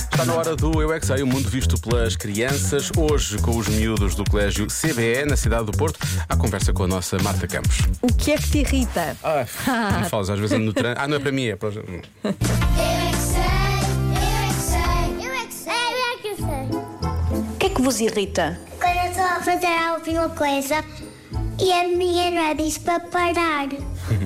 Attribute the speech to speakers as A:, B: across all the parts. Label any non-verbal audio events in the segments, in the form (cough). A: Está na hora do Eu é que Sei, o mundo visto pelas crianças. Hoje, com os miúdos do colégio CBE, na cidade do Porto, há conversa com a nossa Marta Campos.
B: O que é que te irrita?
A: Ah, não falas, às vezes ando no trânsito. Ah, não é para mim, é para. os-
C: O que é que vos irrita?
D: Quando eu estou a fazer alguma coisa e a minha não é diz para parar.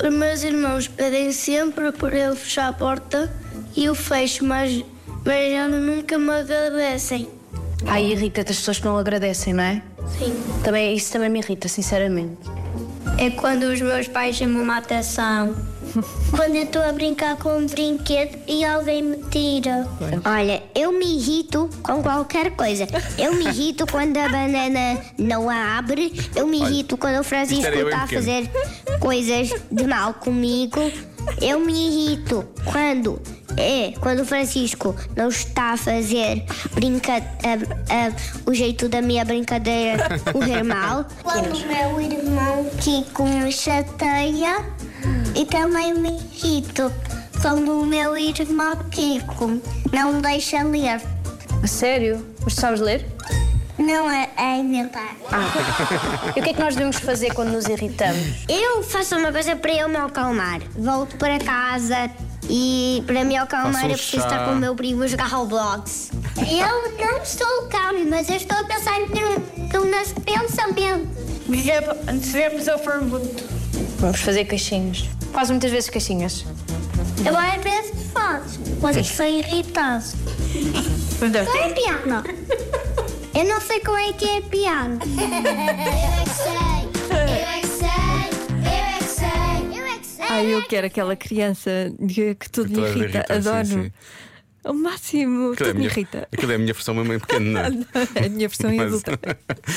E: Os meus irmãos pedem sempre para eu fechar a porta e eu fecho, mas, mas já nunca me agradecem.
C: Ai, irrita-te as pessoas que não agradecem, não é?
E: Sim.
C: Também, isso também me irrita, sinceramente.
E: É quando os meus pais chamam a atenção.
D: Quando eu estou a brincar com um brinquedo e alguém me tira. Olha, eu me irrito com qualquer coisa. Eu me irrito quando a banana não abre. Eu me irrito quando é o Francisco
A: era eu em
D: está a
A: pequeno.
D: fazer coisas de mal comigo. Eu me irrito quando é quando o Francisco não está a fazer brinca, a- a- o jeito da minha brincadeira correr mal. (laughs) Quando o meu irmão Kiko me chateia e também me irrito quando o meu irmão Kiko não deixa ler.
C: A sério? Mas tu sabes ler?
D: Não é, é inventar.
C: E o que é que nós devemos fazer quando nos irritamos?
D: Eu faço uma coisa para eu me acalmar. Volto para casa e para me acalmar
A: Faça um
D: eu preciso
A: chá.
D: estar com o meu primo a jogar Roblox. Eu não estou calmo, mas eu estou a pensar um, num, nas pensamento.
E: Dizemos ao fermento.
C: Vamos fazer caixinhas. Faz muitas vezes caixinhas.
D: Eu às vezes faço, mas estou irritado. Não é piano. Eu não sei como é que é piano.
B: Ai, eu quero aquela criança que que tudo me
A: Toda
B: irrita.
A: irrita, sim,
B: Adoro.
A: sim.
B: O
A: Aquilo é
B: máximo,
A: a
B: tudo me
A: minha- (laughs)
B: irrita.
A: Aquilo é a minha versão mesmo em pequeno, não é?
B: A minha versão é
A: Mas- (laughs)
B: adulta.